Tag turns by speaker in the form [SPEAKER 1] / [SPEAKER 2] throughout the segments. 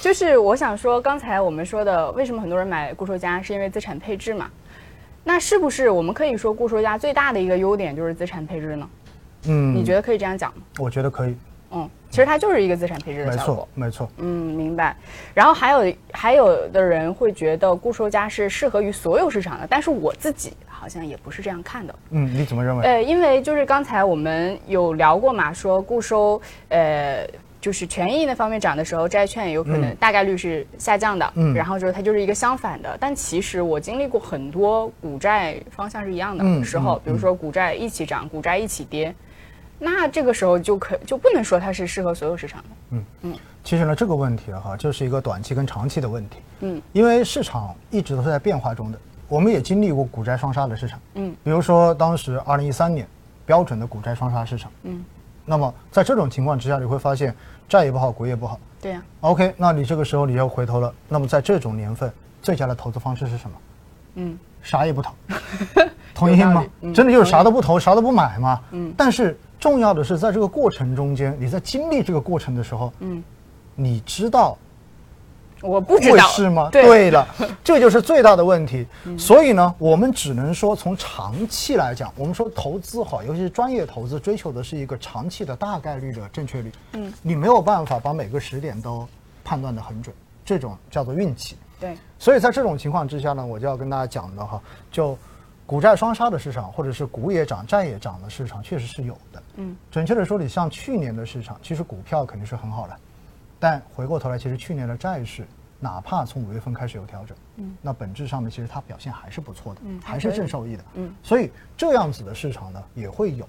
[SPEAKER 1] 就是我想说，刚才我们说的，为什么很多人买固收加，是因为资产配置嘛？那是不是我们可以说固收加最大的一个优点就是资产配置呢？
[SPEAKER 2] 嗯，
[SPEAKER 1] 你觉得可以这样讲吗？
[SPEAKER 2] 我觉得可以，
[SPEAKER 1] 嗯，其实它就是一个资产配置的
[SPEAKER 2] 没
[SPEAKER 1] 效果
[SPEAKER 2] 错。，没错。
[SPEAKER 1] 嗯，明白。然后还有还有的人会觉得固收加是适合于所有市场的，但是我自己好像也不是这样看的。
[SPEAKER 2] 嗯，你怎么认为？
[SPEAKER 1] 呃，因为就是刚才我们有聊过嘛，说固收，呃，就是权益那方面涨的时候，债券也有可能大概率是下降的，
[SPEAKER 2] 嗯
[SPEAKER 1] 然后就是它就是一个相反的。但其实我经历过很多股债方向是一样的
[SPEAKER 2] 嗯
[SPEAKER 1] 时候，
[SPEAKER 2] 嗯
[SPEAKER 1] 比如说股债一起涨，股债一起跌，那这个时候就可就不能说它是适合所有市场的。
[SPEAKER 2] 其实呢，这个问题哈，就是一个短期跟长期的问题。
[SPEAKER 1] 嗯，
[SPEAKER 2] 因为市场一直都是在变化中的，我们也经历过股债双杀的市场。
[SPEAKER 1] 嗯，
[SPEAKER 2] 比如说当时二零一三年标准的股债双杀市场。
[SPEAKER 1] 嗯，
[SPEAKER 2] 那么在这种情况之下，你会发现债也不好，股也不好。
[SPEAKER 1] 对呀、
[SPEAKER 2] OK，那你这个时候你要回头了。那么在这种年份，最佳的投资方式是什么？
[SPEAKER 1] 嗯，
[SPEAKER 2] 啥也不 投，同意
[SPEAKER 1] 道
[SPEAKER 2] 吗
[SPEAKER 1] 理？嗯
[SPEAKER 2] 真的就是啥都不投，啥都不买嘛。嗯，但是重要的是在这个过程中间，你在经历这个过程的时候，
[SPEAKER 1] 嗯，
[SPEAKER 2] 你知道
[SPEAKER 1] 我不知
[SPEAKER 2] 会
[SPEAKER 1] 道
[SPEAKER 2] 是吗？
[SPEAKER 1] 对，嗯
[SPEAKER 2] 了，这就是最大的问题。所以呢，我们只能说从长期来讲，我们说投资好，尤其是专业投资，追求的是一个长期的大概率的正确率。嗯，你没有办法把每个时点都判断得很准，这种叫做运气。
[SPEAKER 1] 对
[SPEAKER 2] 所以在这种情况之下呢，我就要跟大家讲的哈，就股债双杀的市场，或者是股也涨、债也涨的市场，确实是有的。
[SPEAKER 1] 嗯，
[SPEAKER 2] 准确的说，你像去年的市场，其实股票肯定是很好的，但回过头来，其实去年的债市，哪怕从五月份开始有调整，嗯，那本质上呢，其实它表现还是不错的，
[SPEAKER 1] 嗯
[SPEAKER 2] 还是正受益的。
[SPEAKER 1] 嗯，
[SPEAKER 2] 所以这样子的市场呢也会有。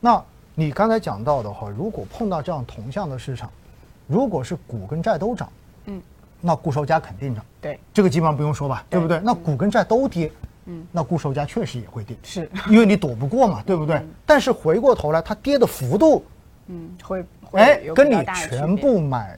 [SPEAKER 2] 那你刚才讲到的哈，如果碰到这样同向的市场，如果是股跟债都涨，
[SPEAKER 1] 嗯，
[SPEAKER 2] 那固收加肯定涨。
[SPEAKER 1] 对，
[SPEAKER 2] 这个基本上不用说吧，
[SPEAKER 1] 对
[SPEAKER 2] 对不对？那股跟债都跌，
[SPEAKER 1] 嗯，
[SPEAKER 2] 那固收加确实也会跌，
[SPEAKER 1] 是，
[SPEAKER 2] 因为你躲不过嘛，对不对？但是回过头来，它跌的幅度，
[SPEAKER 1] 嗯，会会
[SPEAKER 2] 哎
[SPEAKER 1] 有，比
[SPEAKER 2] 跟
[SPEAKER 1] 较
[SPEAKER 2] 你
[SPEAKER 1] 大的区
[SPEAKER 2] 全
[SPEAKER 1] 别嗯
[SPEAKER 2] 部买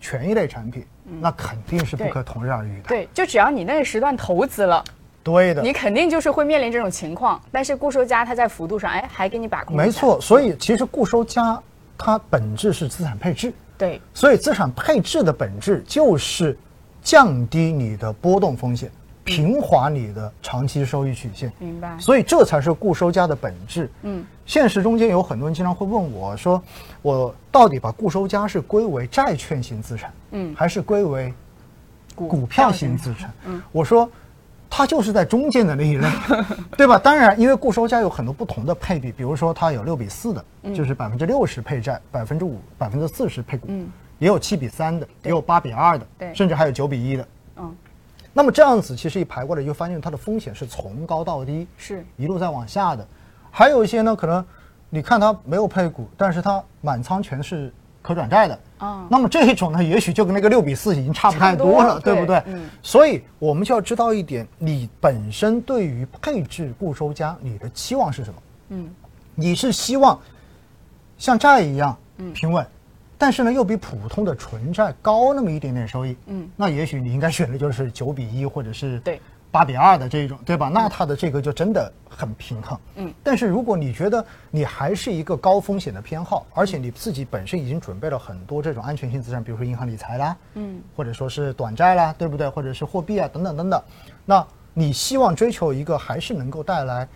[SPEAKER 2] 权益类产品，那肯定是不可同日而语的。
[SPEAKER 1] 对，就只要你那个时段投资了。
[SPEAKER 2] 对的，
[SPEAKER 1] 你肯定就是会面临这种情况，但是固收加它在幅度上，哎，还给你把控。
[SPEAKER 2] 没，错。所以其实固收加它本质是资产配置，
[SPEAKER 1] 对，
[SPEAKER 2] 所以资产配置的本质就是降低你的波动风险，平滑你的长期收益曲线。
[SPEAKER 1] 明白。
[SPEAKER 2] 所以这才是固收加的本质。
[SPEAKER 1] 嗯，
[SPEAKER 2] 现实中间有很多人经常会问我说，我到底把固收加是归为债券型资产，
[SPEAKER 1] 嗯
[SPEAKER 2] 还是归为
[SPEAKER 1] 股
[SPEAKER 2] 股票型资产？嗯，我说。它就是在中间的那 一类，对吧？当然，因为固收加有很多不同的配比，比如说它有六比四的，就是百分之六十配债，百分之五、百分之四十配股，也有七比三的，也有八比二的，
[SPEAKER 1] 对
[SPEAKER 2] 甚至还有九比一的。
[SPEAKER 1] 嗯，
[SPEAKER 2] 那么这样子其实一排过来，就发现它的风险是从高到低，
[SPEAKER 1] 是
[SPEAKER 2] 一路在往下的。还有一些呢，可能你看它没有配股，但是它满仓全是可转债的。
[SPEAKER 1] 嗯
[SPEAKER 2] 那么这一种呢，也许就跟那个六比四已经差不太
[SPEAKER 1] 差
[SPEAKER 2] 多
[SPEAKER 1] 不多
[SPEAKER 2] 了，对不对
[SPEAKER 1] 对？嗯
[SPEAKER 2] 所以我们就要知道一点，你本身对于配置固收加，你的期望是什么？
[SPEAKER 1] 嗯，
[SPEAKER 2] 你是希望像债一样
[SPEAKER 1] 嗯
[SPEAKER 2] 平稳，但是呢又比普通的纯债高那么一点点收益，
[SPEAKER 1] 嗯，
[SPEAKER 2] 那也许你应该选的就是九比一或者是
[SPEAKER 1] 对
[SPEAKER 2] 八比二的这种，对吧？那它的这个就真的很平衡，
[SPEAKER 1] 嗯。
[SPEAKER 2] 但是如果你觉得你还是一个高风险的偏好，而且你自己本身已经准备了很多这种安全性资产，比如说银行理财啦，
[SPEAKER 1] 嗯，
[SPEAKER 2] 或者说是短债啦，对不对？或者是货币啊等等等等，那你希望追求一个还是能够带来。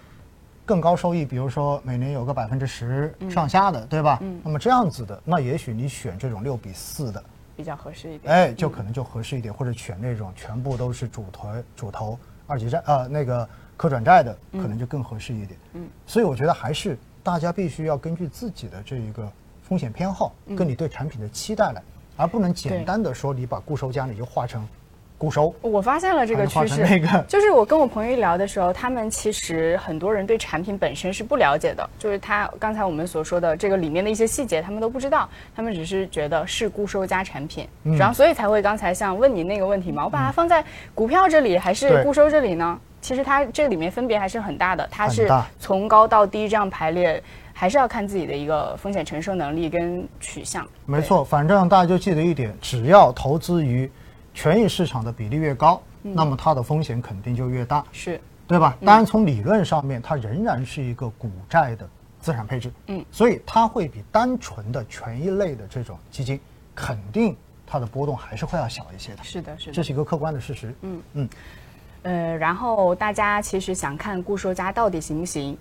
[SPEAKER 2] 更高收益，比如说每年有个百分之十上下的，对
[SPEAKER 1] 嗯
[SPEAKER 2] 吧？那么这样子的，那也许你选这种六比四的，
[SPEAKER 1] 比较合适一点。嗯
[SPEAKER 2] 哎，就可能就合适一点，或者选那种全部都是主投主投二级债呃那个可转债的，可能就更合适一点。嗯，所以我觉得还是大家必须要根据自己的这一个风险偏好，跟你对产品的期待来，而不能
[SPEAKER 1] 嗯对
[SPEAKER 2] 简单的说你把固收加你就划成固收。
[SPEAKER 1] 我发现了
[SPEAKER 2] 哎
[SPEAKER 1] 这个趋势，
[SPEAKER 2] 还是 画成那个
[SPEAKER 1] 就是我跟我朋友一聊的时候，他们其实很多人对产品本身是不了解的，就是他刚才我们所说的这个里面的一些细节，他们都不知道，他们只是觉得是固收加产品，然后所以才会刚才像问你那个问题嘛，我把它放在股票这里还是
[SPEAKER 2] 对
[SPEAKER 1] 固收这里呢？其实它这里面分别还是很大的，它是
[SPEAKER 2] 很大
[SPEAKER 1] 从高到低这样排列，还是要看自己的一个风险承受能力跟取向。
[SPEAKER 2] 没错，反正大家就记得一点，只要投资于权益市场的比例越高，
[SPEAKER 1] 嗯
[SPEAKER 2] 那么它的风险肯定就越大，
[SPEAKER 1] 对，是
[SPEAKER 2] 对
[SPEAKER 1] 嗯
[SPEAKER 2] 吧？当然，从理论上面，它仍然是一个股债的资产配置，
[SPEAKER 1] 嗯，
[SPEAKER 2] 所以它会比单纯的权益类的这种基金肯定它的波动还是会要小一些的。
[SPEAKER 1] 是的，是的
[SPEAKER 2] 这。是一个客观的事实。嗯嗯，
[SPEAKER 1] 呃，然后大家其实想看固收加到底行不行，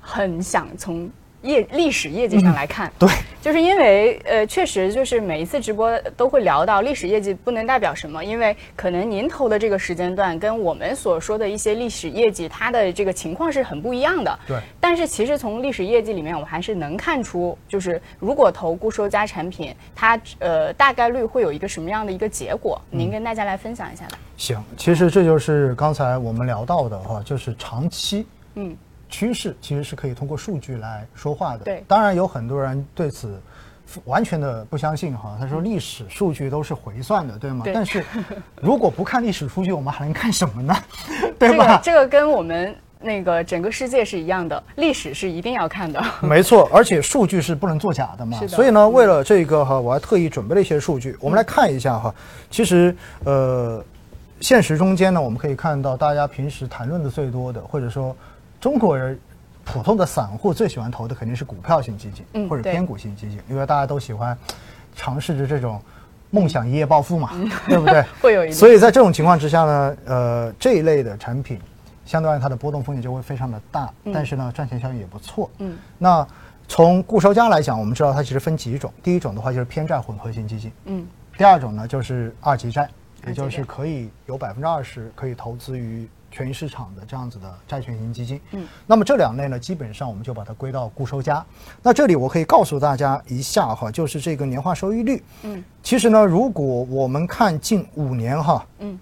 [SPEAKER 1] 很想从业历史业绩上来看。
[SPEAKER 2] 对，
[SPEAKER 1] 就是因为呃，确实就是每一次直播都会聊到历史业绩不能代表什么，因为可能您投的这个时间段跟我们所说的一些历史业绩，它的这个情况是很不一样的。
[SPEAKER 2] 对
[SPEAKER 1] 但是其实从历史业绩里面，我们还是能看出，就是如果投固收加产品，它呃大概率会有一个什么样的一个结果？您跟大家来分享一下吧。
[SPEAKER 2] 行，其实这就是刚才我们聊到的哈、就是长期，嗯，趋势其实是可以通过数据来说话的。
[SPEAKER 1] 对
[SPEAKER 2] 当然有很多人对此完全的不相信哈，他说历史数据都是回算的，对吗？
[SPEAKER 1] 嗯对
[SPEAKER 2] 但是如果不看历史数据，我们还能看什 么呢？对
[SPEAKER 1] 这
[SPEAKER 2] 吧
[SPEAKER 1] 个？这个跟我们那个整个世界是一样的，历史是一定要看的。
[SPEAKER 2] 没错，而且数据是不能作假的嘛
[SPEAKER 1] 是，的
[SPEAKER 2] 所以呢，为了这个哈，我还特意准备了一些数据，我们来看一下哈。其实，呃，现实中间呢，我们可以看到大家平时谈论的最多的，或者说中国人普通的散户最喜欢投的肯定是股票型基金、
[SPEAKER 1] 嗯
[SPEAKER 2] 或者
[SPEAKER 1] 对
[SPEAKER 2] 偏股型基金，因为大家都喜欢尝试着这种梦想一夜暴富嘛，
[SPEAKER 1] 嗯
[SPEAKER 2] 对不对？
[SPEAKER 1] 会有一定
[SPEAKER 2] 所以在这种情况之下呢，呃，这一类的产品，相对来它的波动风险就会非常的大，
[SPEAKER 1] 嗯
[SPEAKER 2] 但是呢，赚钱效应也不错。嗯，那从固收加来讲，我们知道它其实分几种，第一种的话就是偏债混合型基金，
[SPEAKER 1] 嗯，
[SPEAKER 2] 第二种呢就是二级债，
[SPEAKER 1] 二级
[SPEAKER 2] 也就是
[SPEAKER 1] 债
[SPEAKER 2] 可以有百分之二十可以投资于权益市场的这样子的债券型基金。嗯，那么这两类呢，基本上我们就把它归到固收加。那这里我可以告诉大家一下哈，就是这个年化收益率。嗯，其实呢，如果我们看近五年哈，嗯，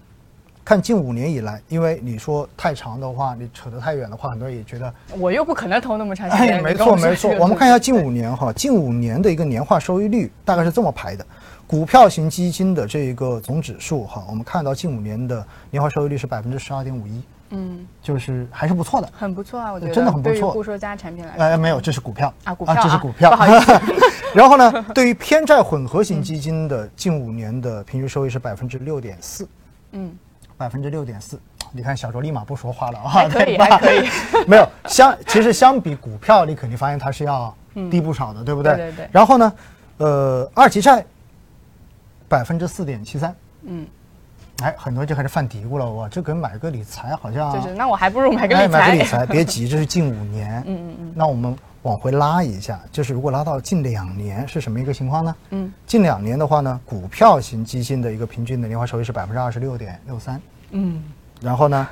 [SPEAKER 2] 看近五年以来，因为你说太长的话，你扯得太远的话，很多人也觉得
[SPEAKER 1] 我又不可能投那么长时间。
[SPEAKER 2] 哎，没
[SPEAKER 1] 你跟我
[SPEAKER 2] 错
[SPEAKER 1] 说
[SPEAKER 2] 没错
[SPEAKER 1] 这，个
[SPEAKER 2] 我们看一下
[SPEAKER 1] 东西
[SPEAKER 2] 近五年哈，近五年的一个年化收益率大概是这么排的。股票型基金的这个总指数哈，我们看到近五年的年化收益率是百分之十二点五一，
[SPEAKER 1] 嗯，
[SPEAKER 2] 就是还是不错的。
[SPEAKER 1] 很不错啊，我觉得
[SPEAKER 2] 真的很不错
[SPEAKER 1] 对于固收加产品来说，
[SPEAKER 2] 呃，没有，这是股票
[SPEAKER 1] 啊股票
[SPEAKER 2] 这是
[SPEAKER 1] 啊
[SPEAKER 2] 股票。
[SPEAKER 1] 不好意
[SPEAKER 2] 思。 然后呢，对于偏债混合型基金的近五年的平均收益是百分之六点四，
[SPEAKER 1] 嗯，
[SPEAKER 2] 百分之六点四。你看小周立马不说话了啊，
[SPEAKER 1] 还可以
[SPEAKER 2] 对吧
[SPEAKER 1] 还可以。
[SPEAKER 2] 没有相，其实相比股票，你肯定发现它是要低不少的，对不对？
[SPEAKER 1] 嗯对对对
[SPEAKER 2] 然后呢，呃，二级债百分之四点七三，
[SPEAKER 1] 嗯，
[SPEAKER 2] 哎，很多人就开始犯嘀咕了，哇，这跟买个理财好像
[SPEAKER 1] 就是那我还不如买个
[SPEAKER 2] 哎
[SPEAKER 1] 理
[SPEAKER 2] 啊买个理
[SPEAKER 1] 财。
[SPEAKER 2] 财，别急，这是近五年。 嗯嗯嗯。那我们往回拉一下，就是如果拉到近两年是什么一个情况呢？嗯，近两年的话呢，股票型基金的一个平均的年化收益是百分之二十六点六三。嗯。然后呢，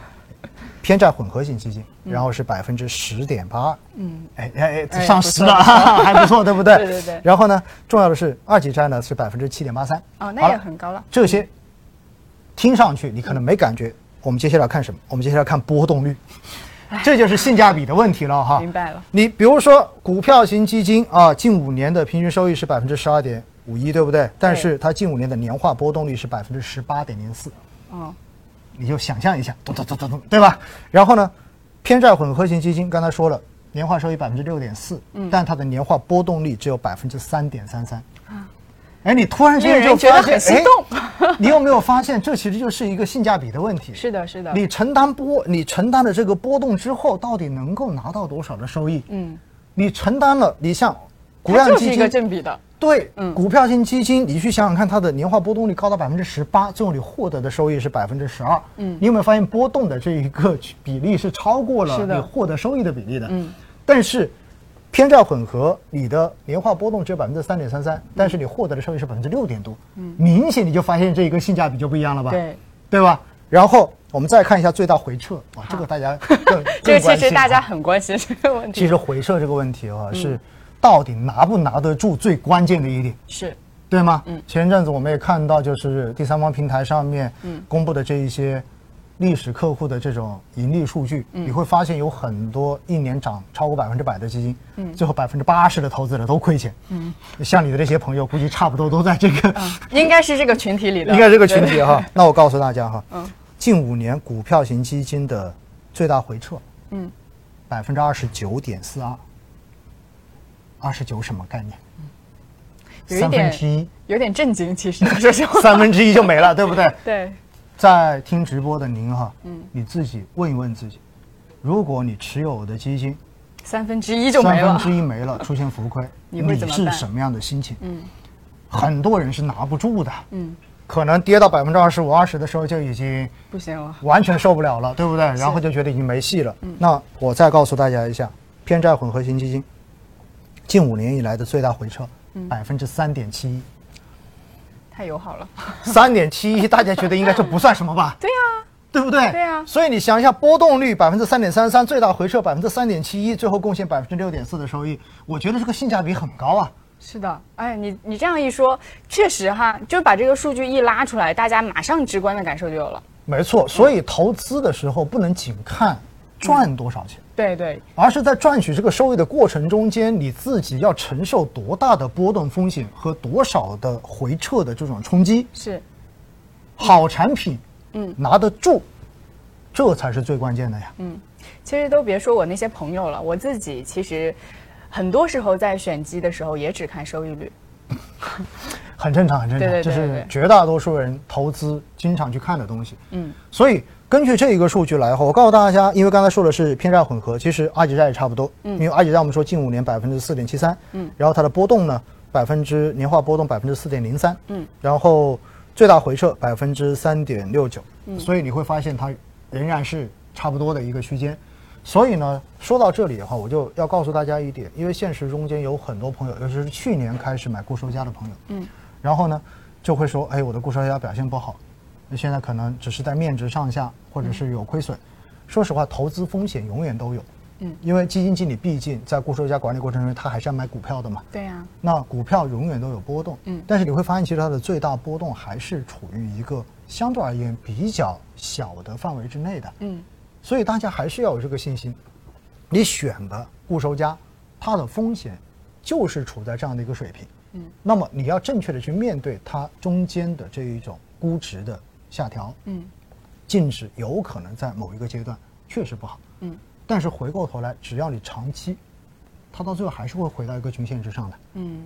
[SPEAKER 2] 偏债混合型基金，然后是百分之十点八二。嗯。哎哎
[SPEAKER 1] 哎
[SPEAKER 2] 哎，上十了， 还不错，对不对？
[SPEAKER 1] 对对对
[SPEAKER 2] 然后呢，重要的是二级债呢是百分之七点八三。
[SPEAKER 1] 哦，那
[SPEAKER 2] 好
[SPEAKER 1] 也
[SPEAKER 2] 了
[SPEAKER 1] 很高了。
[SPEAKER 2] 这些听上去你可能没感觉。我们接下来看什么？我们接下来看波动率，这就是性价比的问题了哈。
[SPEAKER 1] 明白了。
[SPEAKER 2] 你比如说股票型基金啊，近五年的平均收益是百分之十二点五一，对不对？但是它近五年的年化波动率是百分之十八点零四，
[SPEAKER 1] 嗯，
[SPEAKER 2] 你就想象一下，咚咚咚咚咚，对吧？然后呢，偏债混合型基金刚才说了，年化收益百分之六点四，
[SPEAKER 1] 嗯
[SPEAKER 2] 但它的年化波动率只有百分之三点三三。哎，你突然之间
[SPEAKER 1] 令
[SPEAKER 2] 就
[SPEAKER 1] 啊人觉得
[SPEAKER 2] 发现
[SPEAKER 1] 很心动
[SPEAKER 2] 哎，你有没有发现这其实就是一个性价比的问题？
[SPEAKER 1] 是的，是的。
[SPEAKER 2] 你承担波，你承担了这个波动之后，到底能够拿到多少的收益？
[SPEAKER 1] 嗯，
[SPEAKER 2] 你承担了，你像股
[SPEAKER 1] 它
[SPEAKER 2] 票
[SPEAKER 1] 就是
[SPEAKER 2] 基
[SPEAKER 1] 一个
[SPEAKER 2] 金，
[SPEAKER 1] 正比的。
[SPEAKER 2] 对，
[SPEAKER 1] 嗯
[SPEAKER 2] 股票型基金，你去想想看，它的年化波动率高达百分之十八，最后你获得的收益是百分之十二。嗯，你有没有发现波动的这一个比例是超过了
[SPEAKER 1] 是的
[SPEAKER 2] 你获得收益的比例的？嗯，但是偏债混合，你的年化波动只有百分之三点三
[SPEAKER 1] 嗯
[SPEAKER 2] 三，但是你获得的收益是百分之六点多。嗯，明显你就发现这一个性价比就不一样了吧？
[SPEAKER 1] 对，
[SPEAKER 2] 对吧？然后我们再看一下最大回撤，哇，这个大家 更
[SPEAKER 1] 这个
[SPEAKER 2] 更关
[SPEAKER 1] 其实
[SPEAKER 2] 心
[SPEAKER 1] 大
[SPEAKER 2] 啊
[SPEAKER 1] 家嗯很关心 这个问
[SPEAKER 2] 其
[SPEAKER 1] 题。
[SPEAKER 2] 实回撤这个问题啊，是到底拿不拿得住最关键的一点，
[SPEAKER 1] 是，
[SPEAKER 2] 对吗？
[SPEAKER 1] 嗯
[SPEAKER 2] 前阵子我们也看到，就是第三方平台上面
[SPEAKER 1] 嗯
[SPEAKER 2] 公布的这一些历史客户的这种盈利数据，
[SPEAKER 1] 嗯
[SPEAKER 2] 你会发现有很多一年涨超过百分之百的基金，
[SPEAKER 1] 嗯
[SPEAKER 2] 最后百分之八十的投资者都亏钱。像你的这些朋友，估计差不多都在这个
[SPEAKER 1] 应该是这个群体里的。
[SPEAKER 2] 应该这个
[SPEAKER 1] 对嗯
[SPEAKER 2] 群体哈。那我告诉大家哈，近五年股票型基金的最大回撤，
[SPEAKER 1] 嗯，
[SPEAKER 2] 百分之二十九点四二，二十九什么概念？
[SPEAKER 1] 有一
[SPEAKER 2] 三分
[SPEAKER 1] 点
[SPEAKER 2] 之一，
[SPEAKER 1] 有点震惊，其实 说实话。
[SPEAKER 2] 三分之一就没了，对不对？
[SPEAKER 1] 对，
[SPEAKER 2] 在听直播的您哈，嗯，你自己问一问自己，如果你持有的基金
[SPEAKER 1] 三分之一就没
[SPEAKER 2] 三
[SPEAKER 1] 了
[SPEAKER 2] 分。之一没了，出现浮亏，
[SPEAKER 1] 你会怎么
[SPEAKER 2] 是
[SPEAKER 1] 办
[SPEAKER 2] 什么样的心情？嗯，很多人是拿不住的，嗯，可能跌到百分之二十五、二十的时候就已经
[SPEAKER 1] 不行了。
[SPEAKER 2] 完全受不了了，对不对？然后就觉得已经没戏了。
[SPEAKER 1] 嗯
[SPEAKER 2] 那我再告诉大家一下，偏债混合型基金近五年以来的最大回撤，
[SPEAKER 1] 嗯
[SPEAKER 2] 百分之三点七一，
[SPEAKER 1] 太友好了。
[SPEAKER 2] 三点七一，大家觉得应该这不算什么吧？
[SPEAKER 1] 对呀、
[SPEAKER 2] 对不对？
[SPEAKER 1] 对啊
[SPEAKER 2] 所以你想一下，波动率百分之三点三三，最大回撤百分之三点七一，最后贡献百分之六点四的收益，我觉得这个性价比很高啊。
[SPEAKER 1] 是的。哎，你你这样一说，确实哈，就把这个数据一拉出来，大家马上直观的感受就有了。
[SPEAKER 2] 没错，所以投资的时候不能仅看赚多少钱。
[SPEAKER 1] 对对，
[SPEAKER 2] 而是在赚取这个收益的过程中间，你自己要承受多大的波动风险和多少的回撤的这种冲击。
[SPEAKER 1] 是
[SPEAKER 2] 好产品，嗯，拿得住，这才是最关键的呀。
[SPEAKER 1] 其实都别说我那些朋友了，我自己其实很多时候在选基的时候也只看收益率。
[SPEAKER 2] 很正常，很正常，
[SPEAKER 1] 对对对
[SPEAKER 2] 这
[SPEAKER 1] 对对
[SPEAKER 2] 是绝大多数人投资经常去看的东西。
[SPEAKER 1] 嗯，
[SPEAKER 2] 所以根据这一个数据来后，我告诉大家，因为刚才说的是偏债混合，其实阿级债也差不多。嗯，因为阿级债我们说近五年百分之四点七三，嗯，然后它的波动呢，百分之年化波动百分之四点零三，嗯，然后最大回撤百分之三点六九，嗯，所以你会发现它仍然是差不多的一个区间。所以呢，说到这里的话，我就要告诉大家一点，因为现实中间有很多朋友，尤其是去年开始买固收加的朋友，嗯，然后呢，就会说，哎，我的固收加表现不好，那现在可能只是在面值上下，或者是有亏
[SPEAKER 1] 嗯
[SPEAKER 2] 损。说实话，投资风险永远都有，嗯，因为基金经理毕竟在固收加管理过程中，他还是要买股票的嘛，
[SPEAKER 1] 对呀、
[SPEAKER 2] 那股票永远都有波动，
[SPEAKER 1] 嗯
[SPEAKER 2] 但是你会发现，其实它的最大波动还是处于一个相对而言比较小的范围之内的，
[SPEAKER 1] 嗯，
[SPEAKER 2] 所以大家还是要有这个信心。你选的固收加，它的风险就是处在这样的一个水平。嗯，那么你要正确的去面对它中间的这一种估值的下调。
[SPEAKER 1] 嗯，
[SPEAKER 2] 净值有可能在某一个阶段确实不好。嗯，但是回过头来，只要你长期，它到最后还是会回到一个均线之上的。
[SPEAKER 1] 嗯，